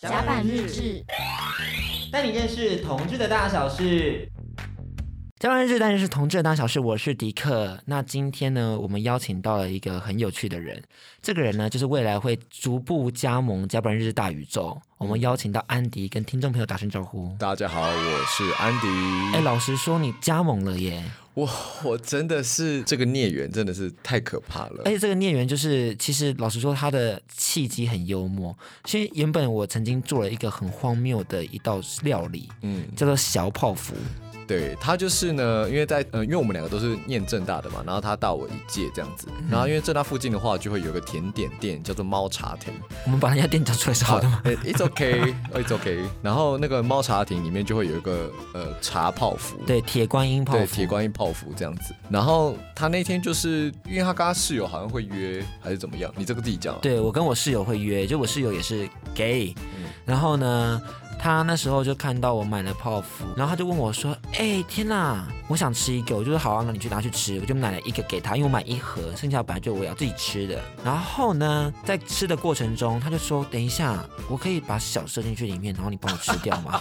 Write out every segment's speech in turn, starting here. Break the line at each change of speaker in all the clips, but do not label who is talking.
甲板日志，
带你认识同志的大小事。
甲板日志，当然是同志的大小事。我是迪克。那今天呢，我们邀请到了一个很有趣的人。这个人呢，就是未来会逐步加盟甲板日志大宇宙。我们邀请到安迪，跟听众朋友打声招呼。
大家好，我是安迪。
哎，老实说，你加盟了耶！
我我真的是这个孽缘真的是太可怕了。
哎而且这个孽缘就是，其实老实说，他的契机很幽默。其实原本我曾经做了一个很荒谬的一道料理，
嗯，
叫做小泡芙。
对他就是呢，因为在呃，因为我们两个都是念正大的嘛，然后他大我一届这样子，
嗯
然后因为正大附近的话，就会有个甜点店叫做猫茶亭，
我们把人家店叫出来是好的吗？
呃？It's OK, it's OK。然后那个猫茶亭里面就会有一个呃茶泡芙，
对，铁观音泡
对，
芙。
铁观音泡芙这样子。然后他那天就是因为他跟他室友好像会约还是怎么样，你这个自己讲啊。
对我跟我室友会约，就我室友也是 gay，、然后呢，他那时候就看到我买了泡芙，然后他就问我说：“哎、天哪，我想吃一个。”我就说：“好啊，那你去拿去吃。”我就买了一个给他，因为我买一盒，剩下本来就我要自己吃的。然后呢，在吃的过程中，他就说：“等一下，我可以把小射进去里面，然后你帮我吃掉吗？”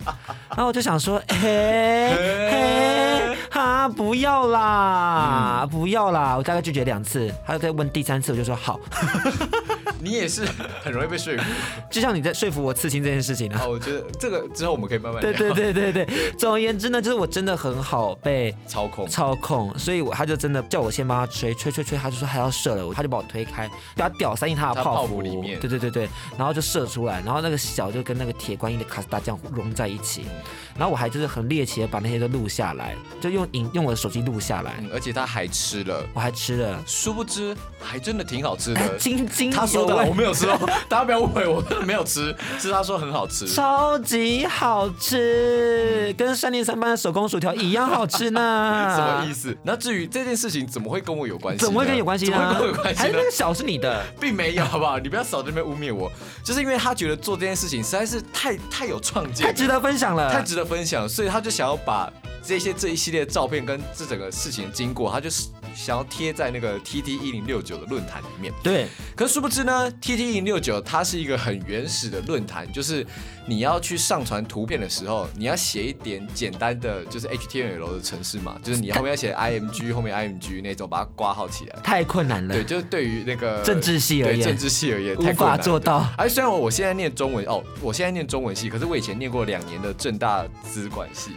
然后我就想说：“嘿，嘿，哈，不要啦，不要啦！”我大概拒绝两次，他就再问第三次，我就说：“好。”
你也是很容易被说服。
就像你在说服我刺青这件事情啊。
哦好，我觉得这个之后我们可以慢慢
对
聊
对对对对，总而言之呢，就是我真的很好被
操控。
操控，所以我他就真的叫我先帮他吹，吹吹吹，他就说他要射了，我他就把我推开，把屌塞进他的
他
泡
泡
芙
芙里面
对对对对，然后就射出来，然后那个小就跟那个铁观音的卡斯达这样融在一起，然后我还就是很猎奇的把那些都录下来，就用影用我的手机录下来，
嗯，而且他还吃了，
我还吃了，
殊不知还真的挺好 吃的。
津津
嗯他说
有
的啊，
味
我。没有吃哦，大家不要误会，我真的没有吃，是他说很好吃。
超级好吃，跟三年三班的手工薯条一样好吃呢。
什么意思？那至于这件事情怎么会跟我有关系？
啊怎么会跟你有关系呢？
怎么会跟我有关
还
系
是
呢
那？个小是你的？
并没有，好不好？你不要少在那边污蔑我，就是因为他觉得做这件事情实在是太太有创建
太
了，
值得分享了，
太值得分享，所以他就想要把这些这一系列的照片跟这整个事情的经过，他就是想要贴在那个 T T 一零六九的论坛里面。
对，
可是殊不知呢，T T 零六九它是一个很原始的论坛，就是你要去上传图片的时候，你要写一点简单的，就是 H T M L 的程式嘛，就是你后面要写 I M G，后面 I M G 那种，把它挂号起来。
太困难了
对，，就是对于那个
政治系而言
对政治系而言，
无
太困
法
难了
做到。
哎，虽然我我现在念中文哦，我现在念中文系，可是我以前念过两年的正大资管系，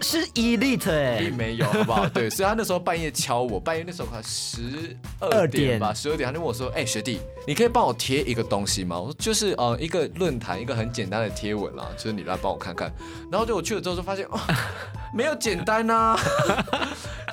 是 elite 哎、
并没有，好不好？对，所以他那时候半夜敲我，半夜那时候快十二点吧，十二点，他就问我说：“哎、学弟，你可以帮我贴一个东西吗？”我说：“就是呃，一个论坛，一个很简单的贴文啦，就是你来帮我看看。”然后就我去了之后就发现，哦，没有简单呐、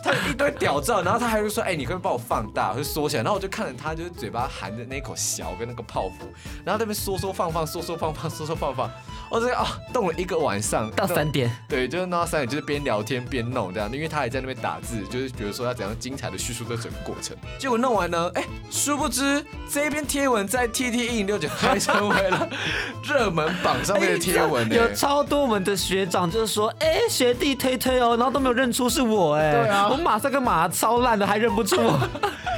他一堆屌照，然后他还会说：“哎、你可不可以帮我放大，会缩起来。”然后我就看着他，就是嘴巴含着那一口小跟那个泡芙，然后在那边缩缩放放，缩缩放放，缩缩放放，我这个啊、动了一个晚上，
到
动
三点，
对，就是那三个就是边聊天边弄这样，因为他还在那边打字，就是比如说要怎样精彩的叙述这整个过程。结果弄完呢，哎，殊不知这篇贴文在 T T 一零六九还成为了热门榜上面的贴文欸呢、
有超多我们的学长就是说，哎、学弟推推哦，然后都没有认出是我哎、
对啊
我马赛克马超烂的，还认不出 我。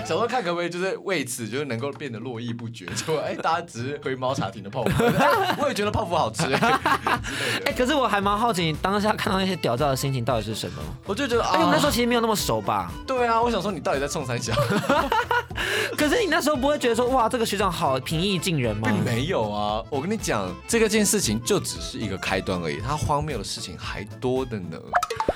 想说看可不可以就是为此就是能够变得络绎不绝，结果哎大家只是推猫茶亭的泡芙，哎我也觉得泡芙好吃、
哎、可是我还蛮好奇，你当下看到那些屌照的心情到底是什么？
我就觉得
而且我们那时
啊，
候其实没有那么熟吧，
对啊，我想说你到底在冲三小，
可是你那时候不会觉得说，哇，这个学长好平易近人吗？
并哎没有啊，我跟你讲，这个件事情就只是一个开端而已，它荒谬的事情还多的呢，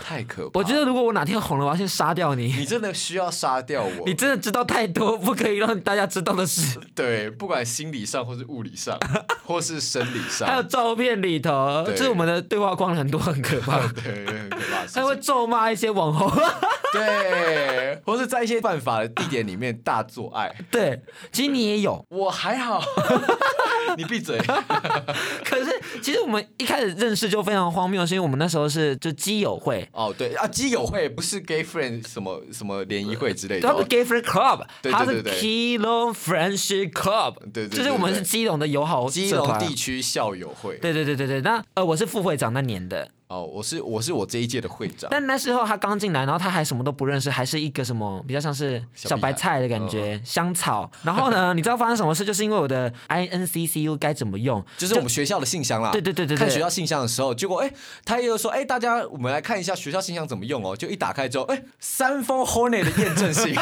太可怕。
我觉得如果我哪天红了，我要先杀掉你。
你真的需要杀掉 我，
你真的知道太多不可以让大家知道的 事，
对，不管心理上或是物 理上，或是生理
还有
上，
照片里头，
对
就是我们的对话框很多很可 怕，
对，很可怕的事
他会
情。
咒骂一些网红。
对，或是在一些犯法的地点里面大做爱，
对，其实你也有，
我还好。 你 闭嘴！
可是其实我们一开始认识就非常荒谬，是因为我们那时候是就基友会，
哦，对啊，基友会不是 gay friend 什么什么联谊会之类的
他不
哦
是，Gay Friend Club，
对对
他是
对对
基隆 Friendship Club，
对对对
就是我们是基隆的友好
基
社
隆
团
地区校友会。
对对对对对，那呃我是副会长那年的，
哦，我是我是我这一届的会长，
但那时候他刚进来，然后他还什么都不认识，还是一个什么比较像是
小
小白
屁孩
菜的感觉，香草。然后 呢，你知道发生什么事？就是因为我的 INCCU 该怎么用，
就是我们学校的信箱啦。
对对对对对
看学校信箱的时候，结果哎，他又说哎，大家我们来看一下学校信箱怎么用哦。就一打开之后，哎，三封 Hornet 的验证信。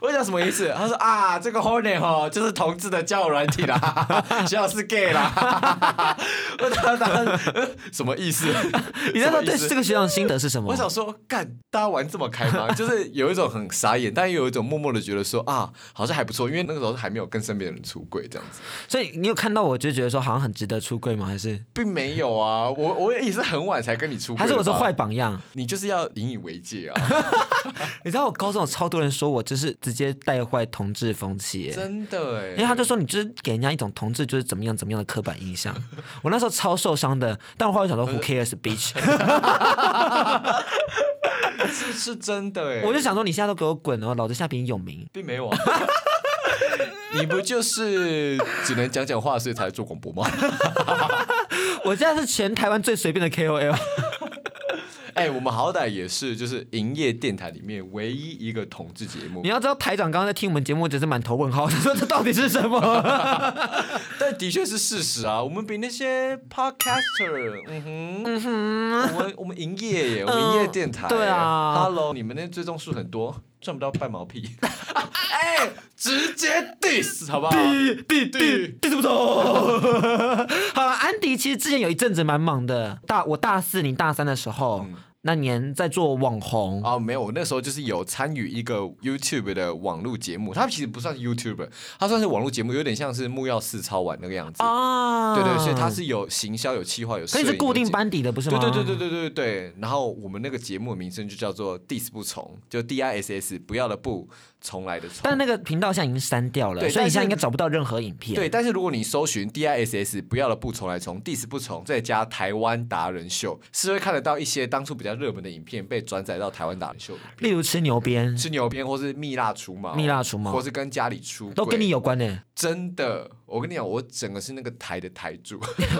我想什么意思？他说啊，这个 Hornet 哦，就是同志的交友软体啦， 学校是 gay 啦。 我当时呃什么意思？
你知道对
什么意思
这个学长的心得是什么
我？想说，干，大家玩这么开 吗？就是有一种很傻眼，但又有一种默默的觉得说啊，好像还不错，因为那个时候还没有跟身边的人出柜这样子。
所以你有看到我就觉得说好像很值得出柜吗？还是
并没 有啊，我我也是很晚才跟你出柜，
还是我是坏，榜样？
你就是要引以为 戒啊！
你知道我高中有超多人说我就是直接带坏同志风气耶、
真的哎，
因为他就说你就是给人家一种同志就是怎么样怎么样的刻板印象， 我那时候超受伤的，但我后来想说 who cares bitch，
是是真的哎，
我就想说你现在都给我滚哦，老子现在比你有名。
并没有啊。 你不就是只能讲讲话，所以才做广 播吗？
我现在是全台湾最随便的 KOL，
哎、我们好歹也是就是营业电台里面唯一一个同志节目
你，要知道台长刚刚在听我们节目，只是满头问号， 他说这到底是什么？
但的确是事实啊。我们比那些 podcaster，嗯哼，嗯哼，我们我们营业耶，我们营业电台耶、
嗯对啊
，Hello，你们那追踪数很多，赚不到半毛屁。 哎、直接 diss 好不好？
弟
弟
弟什么 好了，安迪其实之前有一阵子蛮忙的，大我大四你大三的时候，
嗯
那年在做网红，
啊，没有，我那时候就是有参与一个 YouTube 的网络节目，它其实不算是 YouTuber，它算是网络节目，有点像是木曜四超玩那个样子。
啊
对对，所以它是有行销、有企划、有摄
可
影
以
有
是
剪，
固定班底的，不是吗？
对对对对对对对。然后我们那个节目的名称就叫做 “dis 不从”，就 D I S S 不要的不，重来的从。
但那个频道现在已经删掉了，
对
所以你现在
但是
应该找不到任何影片。
对，，但是如果你搜寻 D I S S 不要的不重来从 dis 不从，再加台湾达人秀，是会看得到一些当初比较热门的影片被转载到台湾达人秀的影片，
例如吃牛鞭
吃牛鞭或是蜜蜡除毛，
蜜蜡除毛
或是跟家里出
都跟
轨
你有关呢，
真的，我跟你讲，我整个是那个台的台 柱，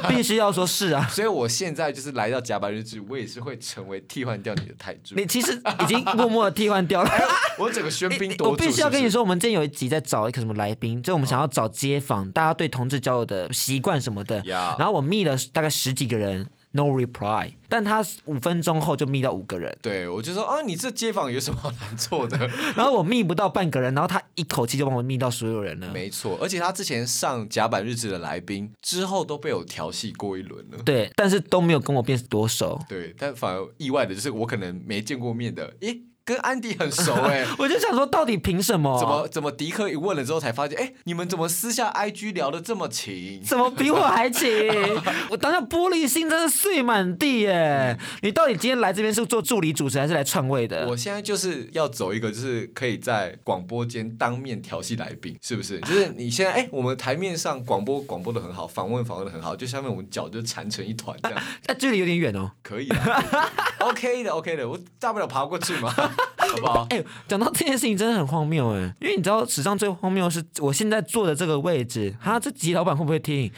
必须要说是啊。
所以我现在就是来到甲板日志，我也是会成为替换掉你的台柱。
你其实已经默默的替换掉了。
我整个喧宾夺主，
我必须要跟你
是嗯
说，我们之前有一集在找一个什么来宾，就我们想要找街坊，大家对同志交友的习惯什么的。
Yeah
然后我密了大概十几个人，no reply，但他五分钟后就密到五个人
不是，，对我就说啊，你这街坊有什么好难做的？
然后我密不到半个人，然后他一口气就帮我密到所有人了。
没错，而且他之前上甲板日志的来宾之后都被我调戏过一轮了。
对，但是都没有跟我变多熟。
对，但反而意外的就是我可能没见过面的，诶，跟安迪很熟哎、
我就想说，到底凭什么？
怎么怎么迪克一问了之后才发现，哎，你们怎么私下 IG 聊的这么勤？
怎么比我还勤？ 我当下玻璃心真是碎满地耶！你到底今天来这边是做助理主持还是来篡位的？
我现在就是要走一个，就是可以在广播间当面调戏来宾，是不是？就是你现在，哎、我们台面上广播广播的很好，访问访问的很好，就下面我们脚就缠成一团这样，
那距离有点远哦。
可以的 ，OK 的，OK 的，我大不了爬过去嘛，好不好？
哎、讲到这件事情真的很荒谬哎，因为你知道史上最荒谬的是我现在坐的这个位置，哈，这集老板会不会听？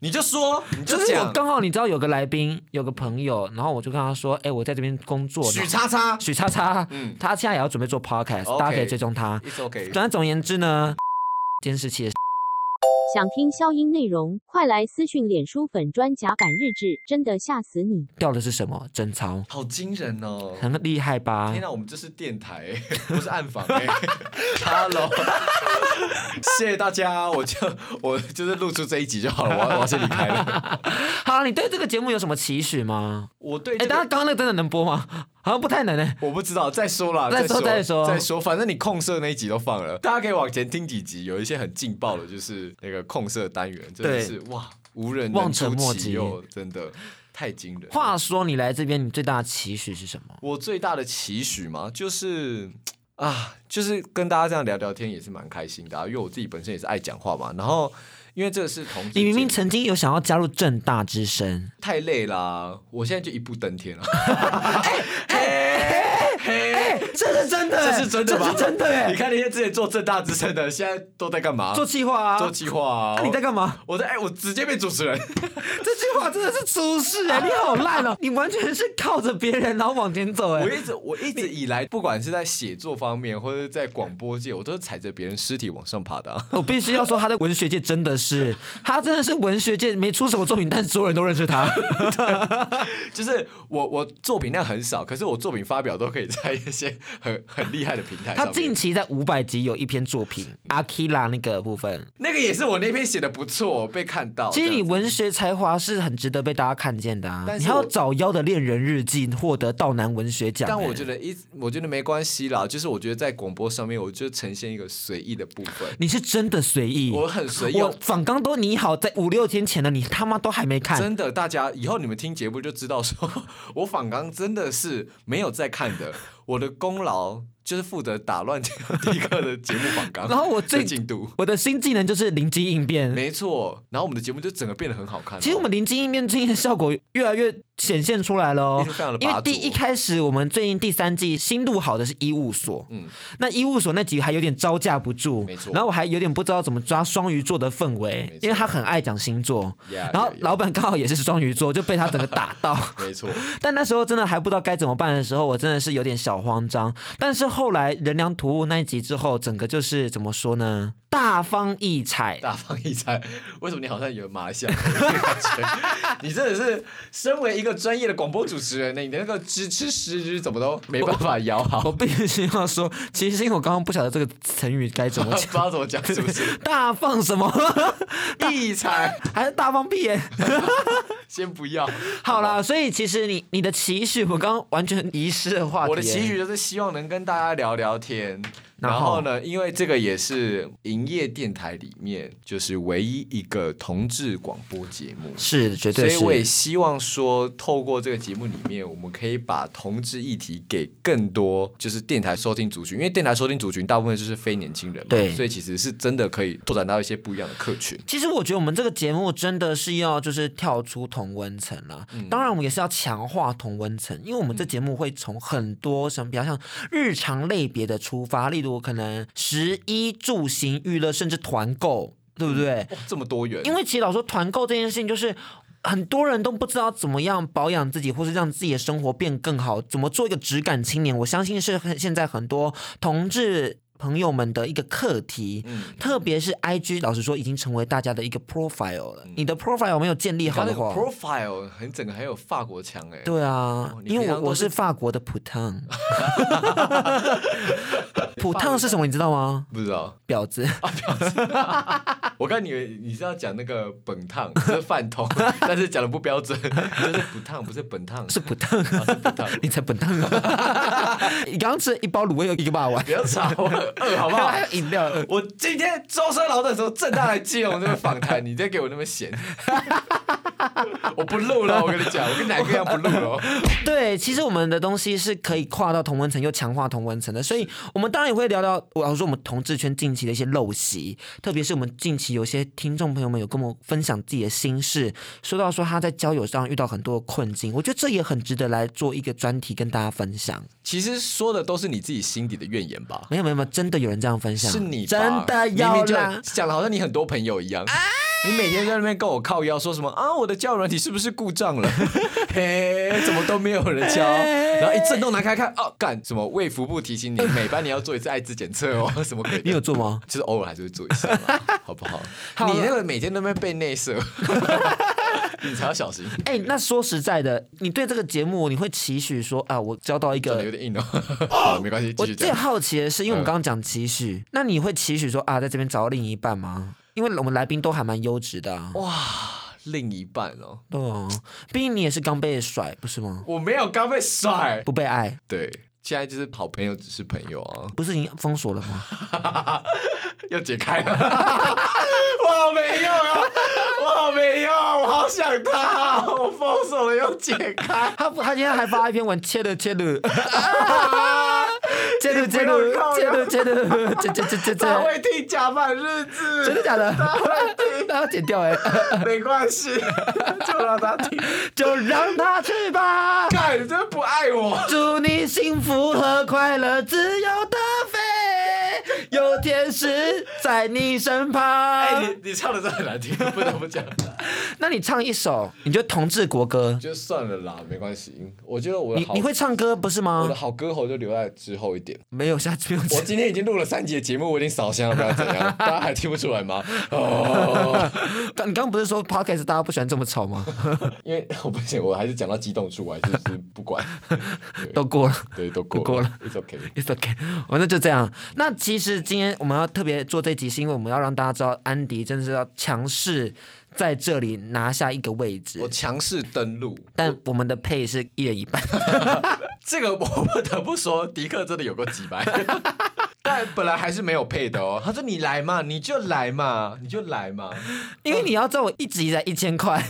你就说，你
就
就是
我
讲，
刚好你知道有个来宾，有个朋友，然后我就跟他说，哎、我在这边工作，
许叉叉
许叉叉，
嗯
他现在也要准备做 podcast，、
OK
大家可以追踪他。
，It's OK。
反正总而言之呢，监视器的
想听消音内容，快来私讯脸书粉专甲板日志，真的吓死你！
掉的是什么？贞操，
好惊人哦！
很厉害吧
天？哪，我们这是电台、不是暗访、 欸。Hello，谢谢大家，我就我就是录出这一集就好了，我要我要先离 开了。
好，你对这个节目有什么期许吗？
我对
哎、
这个
大家刚刚那个真的能播吗？ 好像不太能哎、
我不知道，再说啦，
再说
再
再说
再说，反正你控社那一集都放了，大家可以往前听几集，有一些很劲爆的，就是那个控社单元，真的
对
是哇，无人能
望尘
出
莫
其
及
右，真的太惊人了。
话说你来这边，你最大的期许是什么？
我最大的期许嘛，就是啊，就是跟大家这样聊聊天也是蛮开心的、啊，因为我自己本身也是爱讲话嘛，然后。因为这个是同志节
你
目，
明明曾经有想要加入正大之声，
太累啦、我现在就一步登天了。
这 这是真的，
这是真的吗？
这是真的哎
你！看那些之前做正大之声的，现在都在干嘛？
做计划啊，
做计划啊！
啊，你在干嘛？
我在哎，我直接变主持人。
这句话真的是出事哎！你好烂哦，你完全是靠着别人然后往前走哎
我。一直我一直以来，不管是在写作方面，或者是在广播界，我都是踩着别人尸体往上爬的、啊。
我必须要说，他在文学界真的是，他真的是文学界没出什么作品，但所有人都认识 他。
就是我我作品量很少，可是我作品发表都可以在一些很很厉害的平台
他
上
近
面。
期在五百集有一篇作品《阿基拉》那个部分，
那个也是我那篇写的不错，被看到。
其实你
这样子
文学才华是很值得被大家看见的啊。
但是
你还有
我
《早夭的恋人日记》获得道南文学奖、
但我觉
得
得一，我觉得没关系啦。就是我觉得在广播上面，我就呈现一个随意的部分。
你是真的随意，
我很随意
我仿刚都你好，在五六天前的你他妈都还没看。
真的，大家以后你们听节目就知道说， 我反刚真的是没有在 看的，我的功劳就是负责打乱这个第一个的节目反 刚，
然后我
最
最
进度。
我的新技能就是灵机应变，
没错，然后我们的节目就整个变得很好看哦、
其实我们灵机应变最近的效果越来越显现出来了哦
一直非常的，
因
拔
为第
灼
一开始我们最近第三季新录好的是医务所，嗯，那医务所那集还有点招架不住，
没错
然后我还有点不知道怎么抓双鱼座的氛
没
围，
错
因为他很爱讲星座
Yeah,
然后
yeah, yeah
老板刚好也是双鱼座，就被他整个打到。
没错，
但那时候真的还不知道该怎么办的时候，我真的是有点小慌张。但是后来人梁图物那一集之后，整个就是怎么说呢，大放异 彩。
大放异彩。为什么你好像有马 来西亚口音的感觉？你真的是身为一个专业的广播主持人呢，你的那个吱吱吱吱怎么都没办法摇好，
我必须要说，其实因为我刚刚不晓得这个成语该怎
不
么
知
讲，
道怎么讲，是不是？
大放什么，
异彩，
还是大放屁 眼？
先不要。
好啦，所以其实你你的期许，我刚刚完全遗失了话题。
我的期许就是希望能跟大家聊聊天。
然
然
后
后呢，因为这个也是营业电台里面就是唯一一个同志广播节目，
是绝
所
对
以我也
是。
希望说，透过这个节目里面，我们可以把同志议题给更多就是电台收听族群，因为电台收听族群大部分就是非年轻人嘛，
对
所以其实是真的可以拓展到一些不一样的客群。
其实我觉得我们这个节目真的是要就是跳出同温层啦，当然我们也是要强化同温层，因为我们这节目会从很多什么比较像日常类别的出发，例如可能食衣住行、娱乐，甚至团购，对不对？
哇这么多元，
因为其实老实说团购这件事情，就是很多人都不知道怎么样保养自己，或是让自己的生活变更好，怎么做一个质感青年。我相信是很现在很多同志。朋友们的一个课题，
嗯
特别是 I G，老实说已经成为大家的一个 profile 了。你的 profile 没有建立好
嗯刚
的
那个
话，
profile 很整个很有法国腔哎、
对啊，
你
因为
平
我
常都
我
是
是法国的普 烫，普烫是什么你知道吗？
不知道。
婊子。
哦我看你你是要讲那个本 烫，是饭桶，但是讲的不标准，就是不烫，不是本烫，
是不烫，
不烫
你才不烫、啊！ 你刚刚吃了一包卤味又一个霸王
不，要吵， 我很饿好不 好
还？有饮料。
我今天舟车劳顿的时候，正大来接我们这边访 谈，你再给我那么闲，我不录了，我跟你讲，我跟哪个一样不录了。
对，其实我们的东西是可以跨到同温层，又强化同温层的，所以我们当然也会聊聊，我老实说我们同志圈近期的一些陋习，特别是我们近期有些听众朋友们有跟我分享自己的心事，说到说他在交友上遇到很多的困境，我觉得这也很值得来做一个专题跟大家分享。
其实说的都是你自己心底的怨言吧。
没有没有没有，真的有人这样分享，
是你吧
真的要啊
明明就
啦。
讲的好像你很多朋友一样。你每天在那边跟我靠腰说什么啊？我的交友软体是不是故障 了？嘿，怎么都没有人教？然后一震动拿开看，哦，干什么？卫福部提醒你，每班你要做一次艾滋检 测哦，什么鬼的？
你有做吗？
就是偶尔还是会做一下嘛，好不好？
好了
你那个每天都在被 内射，你才要小心。
哎、那说实在的，你对这个节目你会期许说啊，我交到一
讲的有
个。
点硬哦，好，没关系，继
我
续
最
讲。
好奇的是，因为我们
嗯
刚刚讲期许，那你会期许说啊，在这边找到另一半吗？因为我们来宾都还蛮优质的、啊，
哇，另一半哦，
对哦，毕竟你也是刚被甩，不是吗？
我没有刚被甩。
不被爱，
对，现在就是好朋友只是朋友啊。
不是已经封锁了吗？
又解开了， 我好没用啊！我好没用啊，我好想他啊，我封 锁了又解开，
他他今天还发一篇文，切了切了，戒毒戒毒戒毒戒毒戒戒戒戒戒，
他会听甲板日
真
志，
的假的？ 那要剪掉哎，
没关系， 就让他听。
就让他去吧。
看，你真的不爱我。
祝你幸福和快乐自由的飞，有天使在你身旁。
哎，你你唱的真的很难听， 不得不讲。
那你唱一首，你就同志国歌，
就算了啦，没关系。我觉得我的
你
好，
你会唱歌不是
我的
吗？
好歌喉就留在之后一 点。
没有，下次不用
我今天已经录了三集的节目，我已经扫香了，不知道怎样，大家还听不出来吗？ 哦，
刚你刚刚不是说 podcast 大家不喜欢这么吵吗？
因为 我不行，我还是讲到激动处，我还是就是 不管，对
都过了。
对都过
都过了
了，it's okay。
It's OK，完了就这样。那其实今天我们要特别做这集，是因为我们要让大家知道，安迪真的是要强势在这里拿下一个位置
我。强势登录，
但我们的配是一人一半，
这个我不得不说，迪克真的有过几百。 但本来还是没有配的哦。他说：“你来嘛，你就来嘛，你就来嘛。
因为你要知道我一集才一千块，”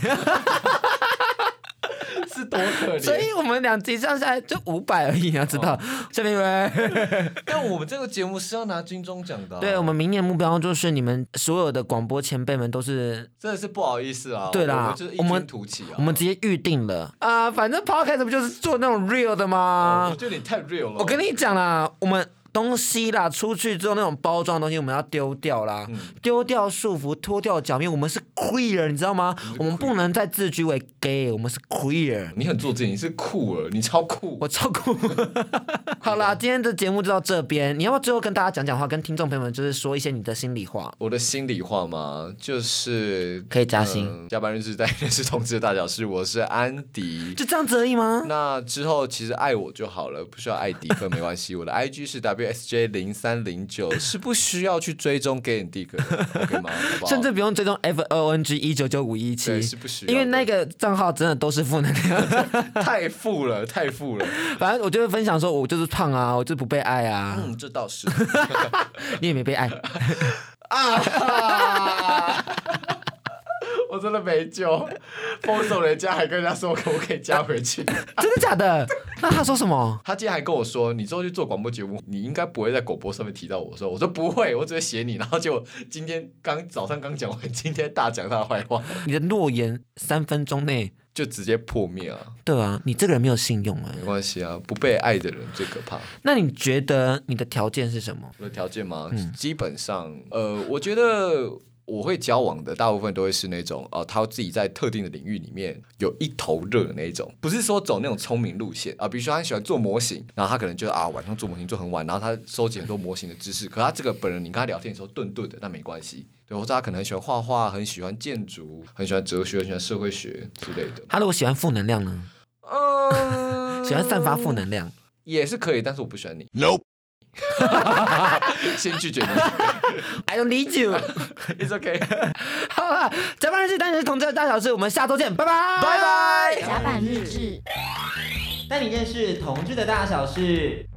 是多可怜。
所以我们两集上下来就五百而已，你啊要知道。下面一 位，
但我们这个节目是要拿金钟奖的、啊
对我们明年目标就是你们所有的广播前辈们都是。
真的是不好意思啊。
对啦
我们就是
我
异
们
军突起啊。
我们直接预定了啊、反正 podcast 不就是做那种 real 的吗
哦我？觉得你太 real 了。
啊我跟你讲啦，我们东西啦，出去之后那种包装的东西我们要丢掉啦，丢掉束缚，脱掉脚面，我们是 queer，你知道吗？我们不能再自居为 gay，我们是 queer。
你很做自己，你是酷儿，你超酷
我。照顾。 好啦，今天的节目就到这边。你要不要最后跟大家讲讲话，跟听众朋友们就是说一些你的心里话？
我的心里话嘛，就是
可以加薪
嗯加班日志在认识同志的大小事，我是安迪。
就这样子而已吗？
那之后其实爱我就好了，不需要爱迪克没关系。我的 IG 是 WSJ 零三零九，是不需要去追踪 Gay and 迪克的，OK 吗？好不好
甚至不用追踪 F O N G 一九九五一七
对，是不需要的
因为那个账号真的都是负能 量。
太富了，太富了。
反正我就会分享说，我就是胖啊，我就是不被爱啊，
嗯，这倒是
你也没被爱。
啊。我真的没救，封锁人家还跟人家说我可不可以加回去？
真的假 的？那他说什么？
他今天还跟我说，你之后去做广播节目，你应该不会在广播上面提到我说，我说不会，我只会写你。然后就今天刚早上刚讲完，今天大讲他的坏话，
你的诺言三分钟内，
就直接破灭啊，
对啊，你这个人没有信用啊。
没关系啊，不被爱的人最可怕。
那你觉得你的条件是什么？
我的条件吗？基本上，呃，我觉得我会交往的大部分都会是那种，呃，他自己在特定的领域里面有一头热的那一种，不是说走那种聪明路线啊、比如说他喜欢做模型，然后他可能就啊晚上做模型做很晚，然后他收集很多模型的知识，可他这个本人你跟他聊天的时候顿顿的，那没关系。对，或者他可能很喜欢画画，很喜欢建筑，很喜欢哲学，很喜欢社会学之类的。
他如果喜欢负能量呢？
嗯，
喜欢散发负能量，
也是可以，但是我不喜欢你。Nope，先拒绝你
I don't need you。
，It's okay。
好了，甲板日志，单身同志的大小事，我们下周见，拜拜，
拜拜。
甲板日志。
带你认识同志的大小事。